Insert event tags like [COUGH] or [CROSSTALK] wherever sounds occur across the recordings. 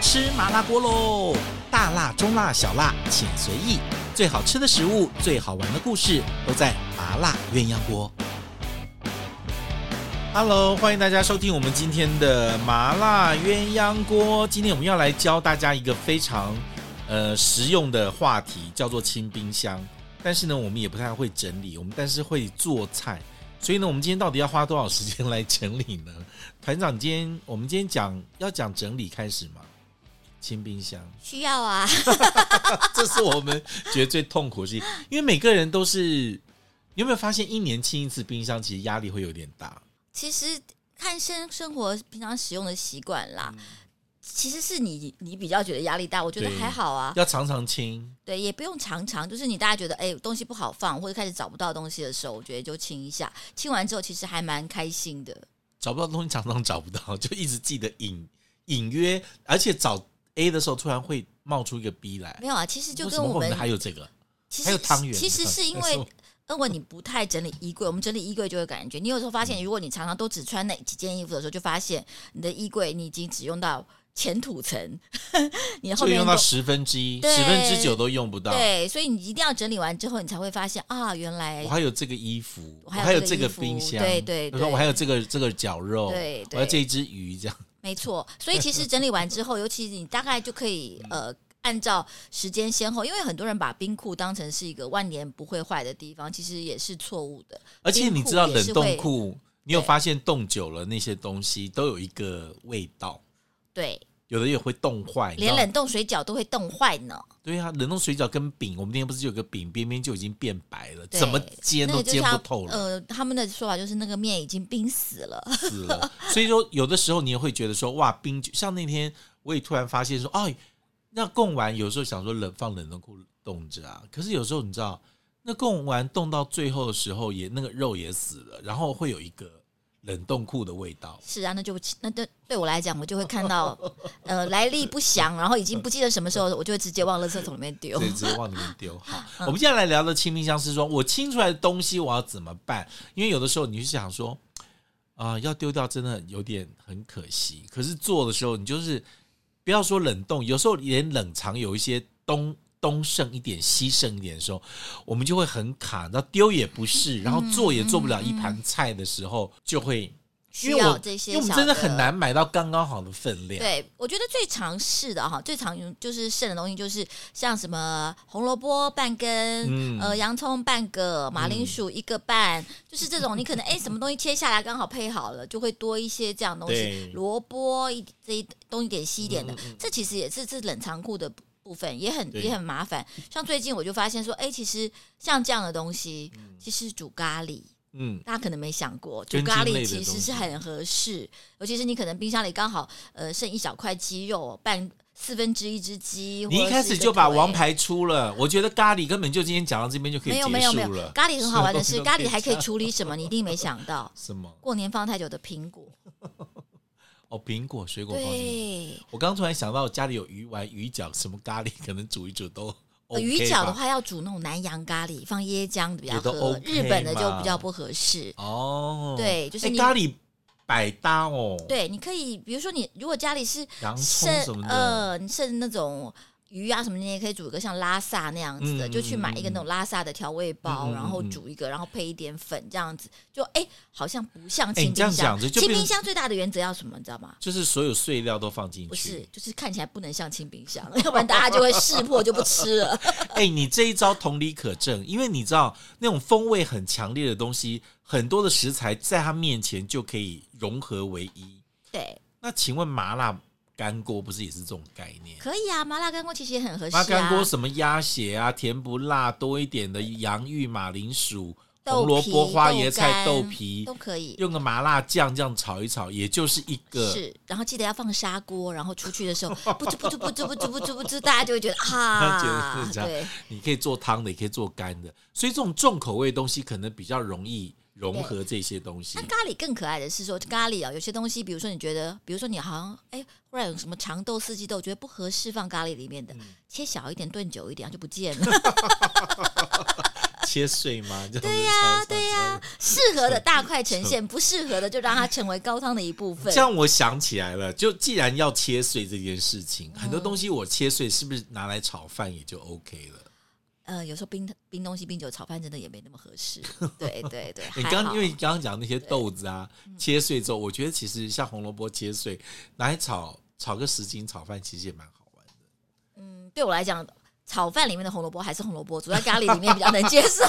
吃麻辣锅喽！大辣、中辣、小辣，请随意。最好吃的食物，最好玩的故事，都在麻辣鸳鸯锅。Hello，欢迎大家收听我们今天的麻辣鸳鸯锅。今天我们要来教大家一个非常呃实用的话题，叫做清冰箱。但是呢，我们也不太会整理，我们但是会做菜。所以呢，我们今天到底要花多少时间来整理呢？团长，今天我们今天讲要讲整理开始吗？清冰箱， [LAUGHS] 需要啊， [LAUGHS] 这是我们觉得最痛苦的事情，因为每个人都是，你有没有发现一年清一次冰箱，其实压力会有点大。其实看生生活平常使用的习惯啦，其实是你你比较觉得压力大，我觉嗯得对还好啊，要常常清，对，也不用常常，就是你大家觉得哎、东西不好放或者开始找不到东西的时候，我觉得就清一下，清完之后其实还蛮开心的，找不到东西常常找不到， [LAUGHS] 就一直记得隐隐约，而且找 A 的时候突然会冒出一个 B 来没，有啊，其实就为跟什么我我们还有这个，其还有实汤圆其实是 [LAUGHS] 因为嗯因为你不太整理衣柜，我们整理衣柜就会感觉，你有时候发嗯现，如果你常常都只穿那几件衣服的时候，就发现你的衣柜你已经只用到前土层， [LAUGHS] 你的后就面用到都十分之一、对十分之九都用不到。对，所以你一定要整理完之后，你才会发现啊，原来我还有这个衣服，我我还有还有这这个个衣服冰箱，对对然后对我还有这个这个绞肉，对我还有对这一只鱼，这样没错。所以其实整理完之后，尤其你大概就可以呃。按照时间先后，因为很多人把冰库当成是一个万年不会坏的地方，其实也是错误的。而且你知道冰库也冷是冻会库，你有对发现冻久了那些东西都有一个味道，对，有的也会冻坏。你知连道冷冻水饺都会冻坏呢。对啊，冷冻水饺跟饼，我们那天不是有个饼边边就已经变白了，对怎么煎那都个就煎不像透 [LAUGHS] 了，呃，他们的说法就是那个面已经冰死了。死了。所以说，有的时候你也会觉得说，哇，冰就像那天我也突然发现说，哎，那贡丸有时候想说冷放冷冻库冻着啊，可是有时候你知道，那贡丸冻到最后的时候也那个肉也死了，然后会有一个冷冻库的味道。是啊，那就那对对我来讲，我就会看到呃来历不详，然后已经不记得什么时候，我就会直接往垃圾桶里面丢嗯所。以直接往里面丢。好，我们接下来聊的清明箱是说，我清出来的东西我要怎么办？因为有的时候你就想说，啊、要丢掉真的有点很可惜。可是做的时候，你就是不要说冷冻，有时候连冷藏有一些东东剩一点，西剩一点的时候，我们就会很卡。那丢也不是，然后嗯做也做不了一盘菜的时候，就会需因为我要这些因为我们小真的很。难买到刚刚好的分量。对，我觉得最常试的哈，最常用就是剩的东西，就是像什么红萝卜半根，嗯呃，洋葱半个，马铃薯一个半，就是这种你可能哎什么东西切下来刚好配好了，就会多一些这样东对嗯西，萝卜一这一东一点西一点的，这其实也是是冷藏库的部分，也很对也很麻烦。像最近我就发现说，哎，其实像这样的东西，其实煮咖喱。嗯，大家可能没想过，煮根茎咖类喱的其东实西是很合适，尤其是你可能冰箱里刚好呃剩一小块鸡肉，半四分之一只鸡，你或一者开是始个就把腿王牌出了，我觉得咖喱根本就今天讲到这边就可以没结有没有没束有了。咖喱很好玩的什是，么东咖西 [LAUGHS] 喱都还可以加处理什么？你一定没想到，什么？过年放太久的苹果，哦，苹果、水果放进去。对，我刚突然想到，家里有鱼丸、鱼饺，什么咖喱可能煮一煮都 OK 呃哦鱼饺吧，的话要煮那种南洋咖喱，放椰浆的比较也都合， OK 日本的就嘛比较不合适。哦，对就是哎你咖喱百搭哦，，对，你可以比如说你如果家里是洋葱什剩么的，呃，你剩那种鱼啊什么，你也可以煮一个像拉萨那样子的，嗯就去买一个嗯嗯那种拉萨的调味包，嗯嗯嗯然后煮一个，然后配一点粉这样子，就哎、好像不像哎你清这样冰箱。讲着就清变冰箱最大的原则要什么，你知道吗？就是所有碎料都放进去。不是，就是看起来不能像清冰箱，要不然大家就会识破就不吃了。 [LAUGHS] 哎、你这一招同理可证，因为你知道那种风味很强烈的东西，很多的食材在它面前就可以融合为一。对，那请问麻辣干锅不是也是这种概念？可以啊，麻辣干锅其实也很合适麻啊。干锅什么鸭血啊，甜不辣多一点的洋芋、马铃薯、豆红萝皮卜、花豆椰菜、干豆皮，都可以。用个麻辣酱这样炒一炒，也就是一个。是，然后记得要放砂锅，然后出去的时候， [LAUGHS] 不知不知不知不知不知不知，大家就会觉得觉得 [LAUGHS] 啊是，这样对，你可以做汤的，也可以做干的，所以这种重口味的东西可能比较容易融合这些东西那。咖喱更可爱的是说，咖喱啊，有些东西，比如说你觉得，比如说你好像哎，忽然有什么长豆、四季豆，觉得不合嗯 [LAUGHS] 适放咖喱里面的，切小一点，炖久一点就不见了。切碎 [LAUGHS] 吗？这样子对呀穿对呀穿，适合的大块呈现，不适合的就让它成为高汤的一部分这。样我想起来了，就既然要切碎这件事情，很多嗯东西我切碎是不是拿来炒饭也就 OK 了？呃，有时候冰冰东西、冰酒、炒饭真的也没那么合 [LAUGHS] 适。对对对，你还刚好因为刚刚讲那些豆子啊，切碎之后，我觉得其实像红萝卜切碎拿来炒炒个什锦炒饭，其实也蛮好玩的。 [LAUGHS] 嗯，对我来讲，炒饭里面的红萝卜还是红萝卜，煮在咖喱里面比较能接受。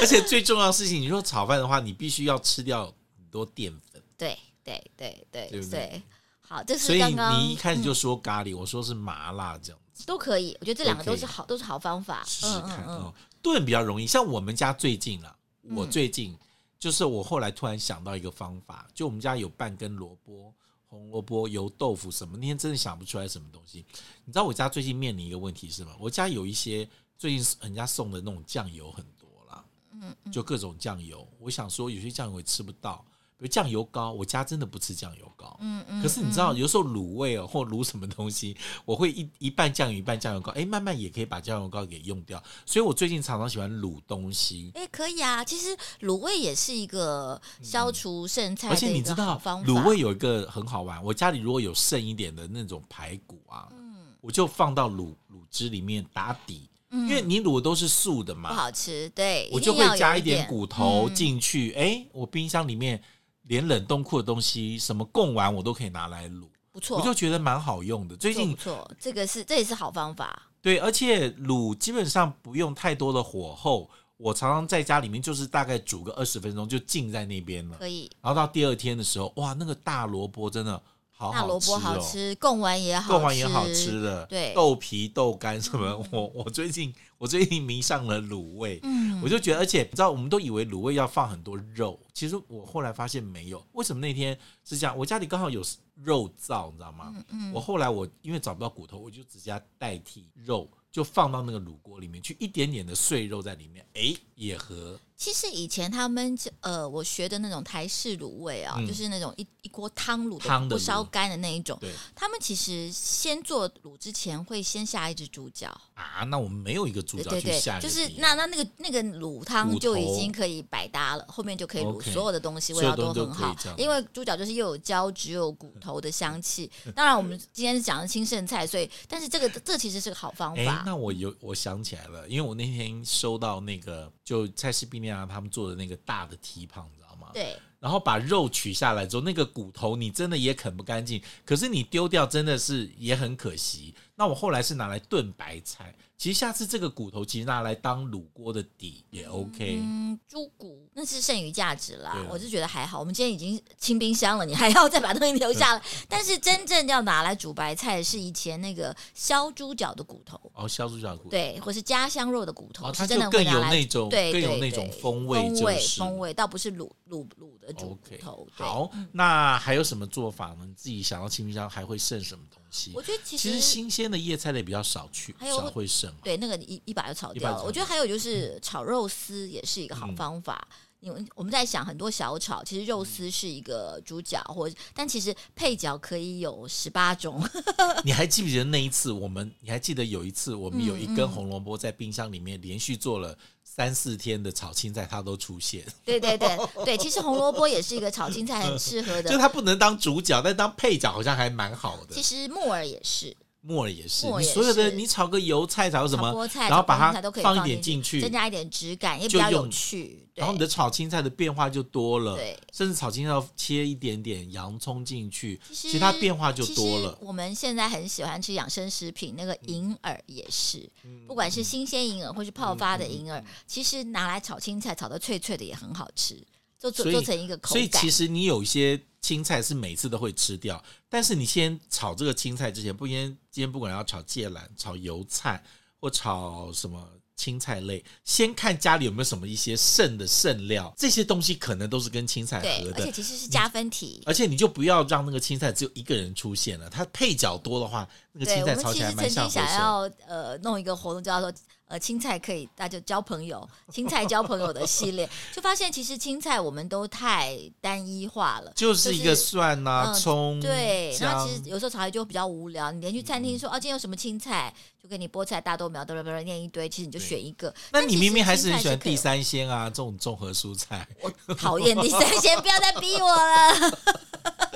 而且最重要的事情，你说炒饭的话，你必须要吃掉很多淀粉，对对对对对不对好，这所是以刚刚嗯你一开始就说咖喱，我说是麻辣这样子，都可以，我觉得这两个都可都以是好，都是好方法。试试嗯看嗯嗯，哦。炖比较容易，像我们家最近啦，嗯我最近就是我后来突然想到一个方法，就我们家有半根萝卜。红萝卜、油豆腐什么，那天真的想不出来什么东西。你知道我家最近面临一个问题是什么？我家有一些最近人家送的那种酱油很多啦，嗯，就各种酱油。我想说有些酱油也吃不到，比如酱油膏，我家真的不吃酱油膏，嗯嗯可是你知道，有时候卤味哦，或 [LAUGHS] 卤什么东西，我会一一半酱油一半酱油膏，哎，慢慢也可以把酱油膏给用掉。所以我最近常常喜欢卤东西，哎、可以啊。其实卤味也是一个消除剩菜嗯而的且哎一你知个好道，方法。卤味有一个很好玩，我家里如果有剩一点的那种排骨啊，嗯我就放到卤卤汁里面打底，因为你卤的都是素的不嘛，好吃，对，我嗯一就定会要有加一一点骨头嗯进去。哎，我冰箱里面连冷冻库的东西，什么贡丸我都可以拿来卤，不错，我就觉得蛮好用的。最不错近不错，这个是这也是好方法。对，而且卤基本上不用太多的火候，我常常在家里面就是大概煮个二十分钟就浸在那边了。可以，然后到第二天的时候，哇，那个大萝卜真的好大萝卜好好哦，吃，贡丸也好吃，豆丸也好吃的，对豆皮、豆干什么，我我最近我最近迷上了卤味，嗯，我就觉得，而且你知道，我们都以为卤味要放很多肉，其实我后来发现没有。为什么那天是这样？我家里刚好有肉燥，你知道吗？嗯我后来我因为找不到骨头，我就直接代替肉，就放到那个卤锅里面去，一点点的碎肉在里面，哎，也合。其实以前他们就呃，我学的那种台式卤味啊，嗯就是那种一一锅汤卤汤的不卤烧干的那一种，对他们其实先做卤之前会先下一只猪脚，啊，那我们没有一个主对角对去下对，一个就是底那那那个那个卤骨汤头就已经可以百搭了，后面就可以卤 OK，所有的东西，所味有东道西很都可以好这样。因为猪脚就是又有胶质又有骨头的香气。当然，我们今天是讲的清剩菜，所以但是这个这其实是个好方哎，法。那我有我想起来了，因为我那天收到那个就蔡氏必亮他们做的那个大的蹄膀，你知道吗？对，然后把肉取下来之后，那个骨头你真的也啃不干净，可是你丢掉真的是也很可惜。那我后来是拿来炖白菜，其实下次这个骨头其实拿来当卤锅的底也 OK。嗯，猪骨那是剩余价值啦对啊，我是觉得还好。我们今天已经清冰箱了，你还要再把东西留下来。 [LAUGHS] 但是真正要拿来煮白菜，是以前那个削猪脚的骨头，哦，削猪脚骨，，对，或是家乡肉的骨头，哦，是它真就的更会拿有来那种对，更有对那对种风味，风就味是哦风味，倒不是卤卤卤的猪骨 OK。头。对，嗯好，那还有什么做法呢？你自己想到清明香还会剩什么东西我？觉得其其实实新鲜的叶菜类比较少去，还有少会剩。 [LAUGHS] 对那个一一把就炒一掉把了。就我觉炒得还有就是炒肉丝也是一个好嗯方法。因为我们在想很多小炒，其实肉丝是一个主角，或但其实配角可以有十八种。 [LAUGHS] 你还记不记得那一次我们？你还记得有一次我们嗯有一根红萝卜在冰箱里面连续做了三四天的炒青菜，它都出现， [LAUGHS] 对对对对，其实红萝卜也是一个炒青菜嗯很适合就的。它不能当主角，但当配角好像还蛮好其的。实木耳也是，木耳也是，木耳你也所有的是你炒个油菜，炒个什炒么菠，菜、然后炒把高它丽菜都可以放一放点进去增，加一点质感，也比就较有用趣。对然后你的炒青菜的变化就多了对，甚至炒青菜要切一点点洋葱进去，其其实它变化就其多实了。嗯我们现在很喜欢吃养生食品，那个银耳也是，不管是新鲜银耳或是泡发的嗯银耳，其实拿来炒青菜，炒的脆脆的也很好吃，做做所以做成一个口所以感其。实你有一些青菜是每次都会吃掉，但是你先炒这个青菜之前，不先今天不管要炒芥兰、炒油菜或炒什么青菜类，先看家里有没有什么一些剩的剩料，这些东西可能都是跟青菜对合，而且的。其实是加分题。而且你就不要让那个青菜只有一个人出现了，它配角多的话，那个对，青我菜们炒其起来实蛮曾像经回想收。要呃弄一个活动，叫做呃青菜可以大家交朋友，青菜交朋友的系列，就发现其实青菜我们都太单一化了。就是一个就是蒜呐、嗯葱、对，然后姜其实有时候炒菜就比较无聊，你连去餐嗯厅说、哦，今天有什么青菜，就给你菠菜、大豆苗，等等等等念一堆，其实你就对选一个。那但你其明实明还青是很菜喜欢可以地三鲜啊，这种综合蔬菜。我讨厌第三 [LAUGHS] 鲜，不要再逼我了。 [LAUGHS]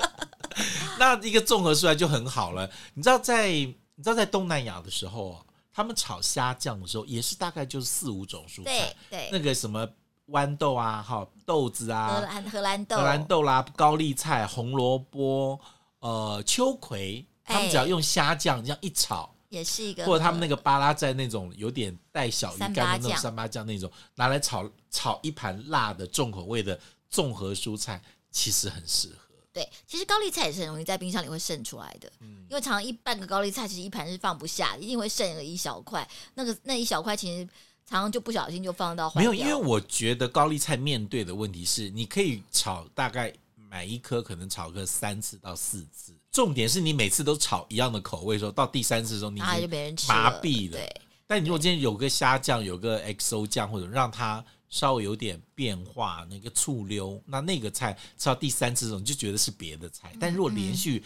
那一个综合蔬菜就很好了。你知道在你知道在东南亚的时候啊，他们炒虾酱的时候也是大概就是四五种蔬对菜，对 [LAUGHS] 那，个什么豌豆啊，哈豆子荷啊，兰荷兰豆，荷兰豆啦、高丽菜、红萝卜、呃秋葵，他们哎只要用虾酱这样一炒，也是一个，或者他们那个巴拉在那种有点带小鱼干的那三八种酱三八酱那种，拿来炒炒一盘辣的重口味的综合蔬菜，其实很适合。对，其实高丽菜也是很容易在冰箱里会剩出来的，嗯因为常常一半个高丽菜其实一盘是放不下，一定会剩了一小块，那个那一小块其实常常就不小心就放到坏没有，掉因为我觉得高丽菜面对的问题是，你可以炒大概买一颗，可能炒个三次到四次。重点是你每次都炒一样的口味的时候，到第三次的时候，你已然后它就经没人吃麻了痹了啊对，但你如果今天有个虾酱，有个 XO 酱，或者让它稍微有点变化，那个醋溜，那那个菜吃到第三次的时候，你就觉得是别的嗯菜。但如果连续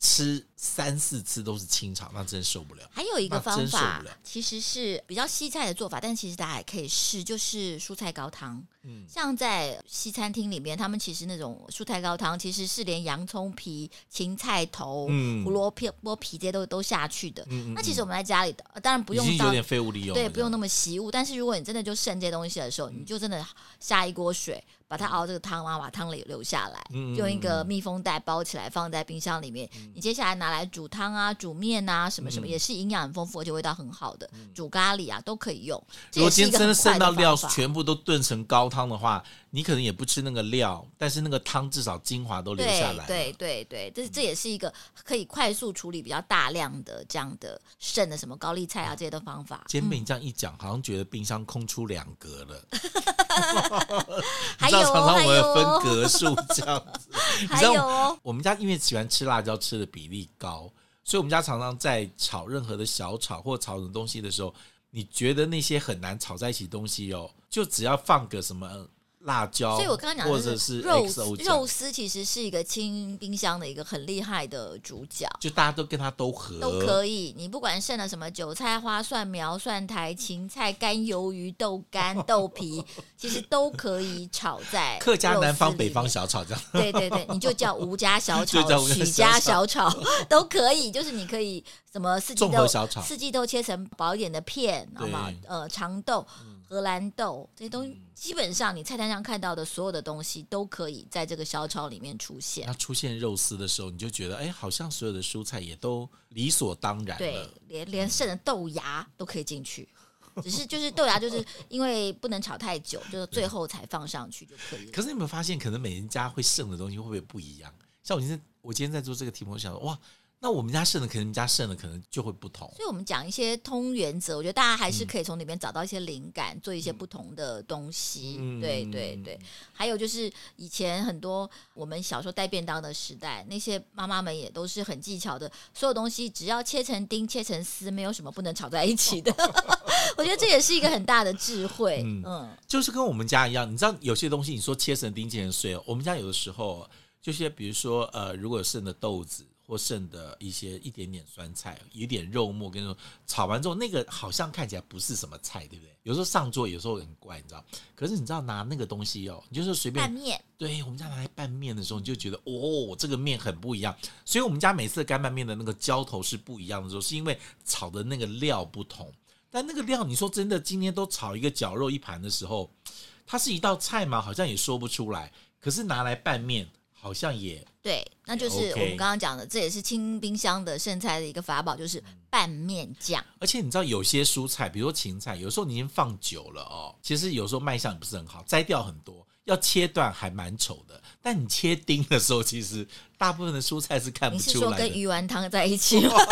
吃三四次都是清炒，那真受不了。还有一个那方真受法不了，其实是比较西菜的做法，但其实大家也可以试，就是蔬菜高汤。嗯像在西餐厅里面，他们其实那种蔬菜高汤，其实是连洋葱皮、芹菜头、嗯胡萝卜皮这些都都下去的。嗯嗯那其实我们在家里的，呃当然不用已经到有点废物利用了，嗯对，不用那么习物。但是如果你真的就剩这些东西的时候，你就真的下一锅水，把它熬这个汤，然啊后把汤里留下来，嗯嗯嗯嗯嗯用一个密封袋包起来，放在冰箱里面。你接下来拿来煮汤啊、煮面啊，什么什么，也是营养很丰富，而且味道很好的，煮咖喱啊都可以用。这嗯如果也是今一天个真的很快剩的到料方法全部都炖成高汤的话，你可能也不吃那个料，但是那个汤至少精华都留下来。嗯对，对对对，这这也是一个可以快速处理比较大量的这样的剩的什么高丽菜啊这些的方法。今天嗯被你这样一讲，好像觉得冰箱空出两格了。还你知有道哦常常 [LAUGHS] 还我有有分哦，格数这样 [LAUGHS] 子。还啊知道有哦，我们家因为喜欢吃辣椒，吃的比例高，所以我们家常常在炒任何的小炒或炒什么东西的时候，你觉得那些很难炒在一起的东西哦，就只要放个什么辣椒，所以我刚刚讲或的者是是肉 XO 酱肉丝其实是一个清冰箱的一个很厉害的主角，就大家都跟它都合，都可以。你不管剩了什么韭菜花、蒜苗、蒜苔、芹菜、干鱿鱼、豆干、豆皮，其实都可以炒在 [LAUGHS] 客家肉丝南方里北方面。小炒这样。对对对，你就叫吴家小 [LAUGHS] 就炒叫、吴家许小家小炒 [LAUGHS] 都可以，就是你可以什么四季综豆合小炒四季豆切成薄一点的片，好对嗯不好？呃，长豆、荷兰豆这些东西，基本上你菜单上看到的所有的东西都可以在这个小炒里面出现那。出现肉丝的时候，你就觉得，哎，好像所有的蔬菜也都理所当然对了。，连连剩的豆芽都可以进去，只是就是豆芽，就是因为不能炒太久，就是最后才放上去就可以 [LAUGHS] 了。可是你有没有发现，可能每人家会剩的东西会不会不一样？像我今天，我今天在做这个题目，我想说，哇，那我们家剩的，可能你们家剩的，可能就会不同。所以，我们讲一些通原则，我觉得大家还是嗯可以从里面找到一些灵感，做一些不同的东西。嗯对对对，还有就是以前很多我们小时候带便当的时代，那些妈妈们也都是很技巧的，所有东西只要切成丁、切成丝，没有什么不能炒在一起的。 [LAUGHS] 我觉得这也是一个很大的智慧。嗯嗯就是跟我们家一样，你知道有些东西，你说切成丁、切成碎哦，我们家有的时候就是比如说，呃，如果有剩的豆子或剩的一些一点点酸菜，有点肉末，跟你说炒完之后，那个好像看起来不是什么菜，对不对？有时候上桌，有时候很怪，你知道。可是你知道拿那个东西哦，你就是随拌便，面对我们家拿来拌面的时候，你就觉得哦，这个面很不一样。所以我们家每次干拌面的那个浇头是不一样的时候，是因为炒的那个料不同。但那个料，你说真的，今天都炒一个绞肉一盘的时候，它是一道菜吗？好像也说不出来。可是拿来拌面，好像也对，那就是我 OK 们刚刚讲的，这也是清冰箱的剩菜的一个法宝，就是嗯拌面酱。而且你知道，有些蔬菜，比如说芹菜，有时候你已经放久了哦，其实有时候卖相也不是很好，摘掉很多，要切断还蛮丑的。但你切丁的时候，其实大部分的蔬菜是看你不是出说来跟的。鱼丸汤在一起吗？ [LAUGHS]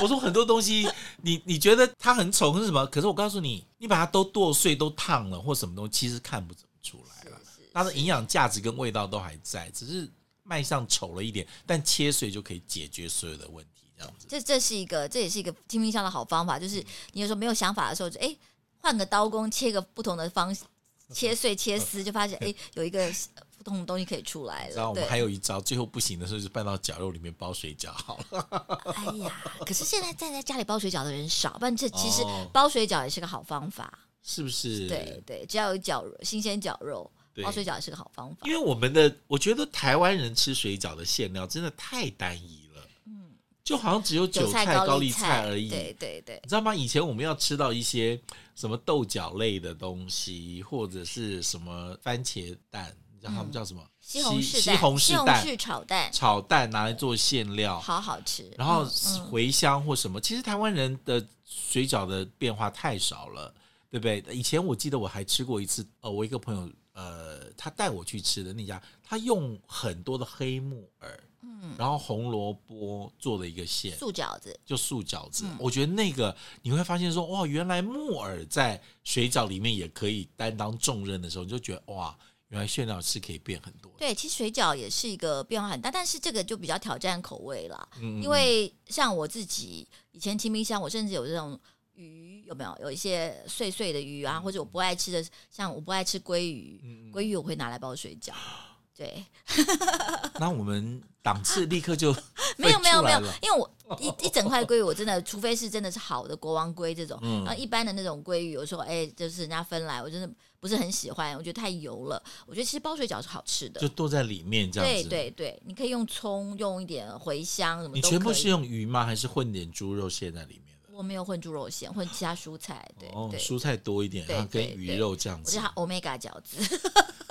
我说很多东西，你你觉得它很丑是什么？可是我告诉你，你把它都剁碎、都烫了或什么东西，其实看不怎么出来了。它的营养价值跟味道都还在，只是卖相丑了一点，但切碎就可以解决所有的问题。这样这样子。这这是一个，这也是一个清明上的好方法，嗯就是你有时候没有想法的时候，就哎换个刀工切个不同的方，切碎嗯切丝，就发现哎有一个呃不同的东西可以出来然后了。我对们，还有一招，最后不行的时候就拌到绞肉里面包水饺好了。 [LAUGHS] 哎呀，可是现在站在家里包水饺的人少，不然这其实哦包水饺也是个好方法。是不是？对，对，只要有绞肉新鲜绞肉，对包水饺也是个好方法因。为我们的，我觉得台湾人吃水饺的馅料真的太单一了，就好像只有嗯韭菜菜、高丽丽菜而已。对对对，你知道吗？以前我们要吃到一些什么豆角类的东西，或者是什么番茄蛋，你知道他们叫什么？嗯西红柿西蛋，红西柿红蛋柿炒蛋，炒蛋拿来做馅料，好好吃。然后嗯嗯茴香或什么。其实台湾人的水饺的变化太少了，对不对？以前我记得我还吃过一次，呃，我一个朋友，呃，他带我去吃的那家，他用很多的黑木耳，嗯，然后红萝卜做的一个馅，素饺子，就素饺子。嗯我觉得那个你会发现说，哇，原来木耳在水饺里面也可以担当重任的时候，你就觉得哇，原来馅料是可以变很多的。对，其实水饺也是一个变化很大，但是这个就比较挑战口味啦。嗯因为像我自己以前清明香，我甚至有这种鱼有没有？有一些碎碎的鱼嗯啊，或者我不爱吃的，像我不爱吃鲑鱼，鲑鱼我会拿来包水 [LAUGHS] 饺。对，那我们档次立刻 [LAUGHS] 就没有会没有出没来有了，[LAUGHS] 因为我一一整块鲑鱼，我真的除非是真的是好的国王鲑这种，嗯然后一般的那种鲑鱼，有时候哎，就是人家分来，我真的不是很喜欢，我觉得太油了。我觉得其实包水饺是好吃的，就剁在里面这样对子。对对，你可以用葱，用一点茴香，什么你都全可部以是用鱼吗？还是混点猪肉馅在里面的？我没有混猪肉馅，混其他蔬菜，对、哦，对。蔬菜多一点，对然后跟对鱼对肉这样我觉子得。它 omega 饺子，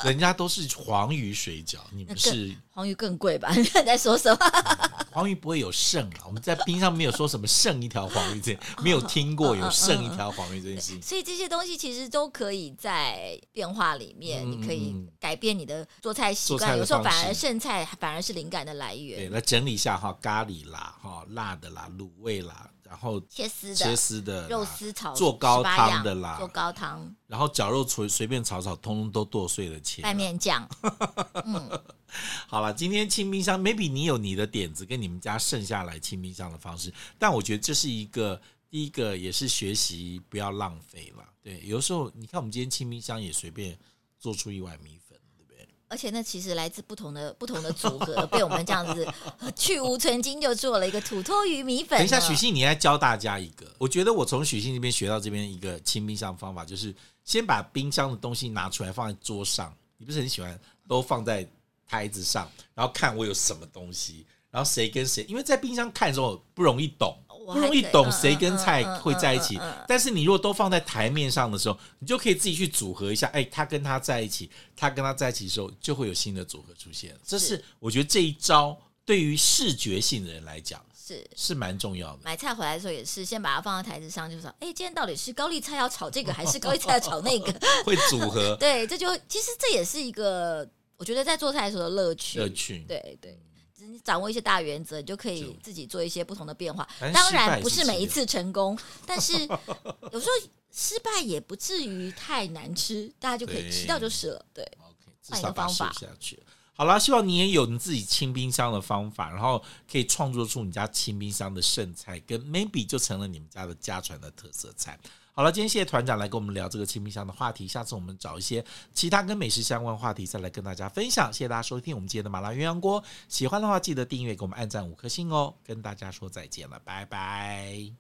人家都是黄鱼水饺，你们那是黄鱼更贵吧？你 [LAUGHS] 在说 [LAUGHS] 什么？黄鱼不会有剩啊。我们在冰箱没有说什么剩一条黄鱼 [LAUGHS] 这，没有听过嗯有剩一条黄鱼这件事情。所以这些东西其实都可以在变化里面，嗯你可以嗯嗯改变你的做菜习做菜惯。的有时候方反而式剩菜反而是灵感的来对，源。来整理一下哈，咖喱啦，哈，辣的啦，卤味啦，然后切丝切的、丝的啦肉丝炒做高18汤样的啦做高汤、然后绞肉随随便炒炒，通通都剁碎了切。拌 [LAUGHS] 面酱，嗯好了，今天清冰箱，maybe 你有你的点子跟你们家剩下来清冰箱的方式，但我觉得这是一个第一个也是学习不要浪费啦。对，有的时候你看我们今天清冰箱也随便做出一碗米粉，对不对？而且那其实来自不同的不同的组合，被我们 [LAUGHS] 这样子去无存菁就做了一个土托鱼米粉呢。等一下，许昕，你来教大家一个。我觉得我从许昕这边学到这边一个清冰箱的方法，就是先把冰箱的东西拿出来放在桌上。你不是很喜欢都放在台子上，然后看我有什么东西，然后谁跟谁，因为在冰箱看的时候不容易懂，不我还容易可以懂嗯谁跟嗯菜嗯会在一起嗯嗯嗯。但是你如果都放在台面上的时候，你就可以自己去组合一下。哎，他跟他在一起，他跟他在一起的时候，就会有新的组合出现。这是我觉得这一招对于视觉性的人来讲。是是蛮重要的。买菜回来的时候也是，先把它放在台子上，就说：“哎，今天到底是高丽菜要炒这个，还是高丽菜要炒那 [LAUGHS] 个会组？”合对，这就其实这也是一个我觉得在做菜的时候的乐趣。乐趣。 [LAUGHS] 对对，只是你掌握一些大原则，你就可以是自己做一些不同的变化。但是当失败然也不是是吃每一的次成功，[LAUGHS] 但是有时候失败也不至于太难吃，大家就可以吃对掉就是了。对， OK，至换一个少把它方法试下去。好啦，希望你也有你自己清冰箱的方法，然后可以创作出你家清冰箱的剩菜，跟 maybe 就成了你们家的家传的特色菜。好了，今天谢谢团长来跟我们聊这个清冰箱的话题，下次我们找一些其他跟美食相关的话题再来跟大家分享。谢谢大家收听我们今天的麻辣鸳鸯锅，喜欢的话记得订阅，给我们按赞五颗星哦。跟大家说再见了，拜拜。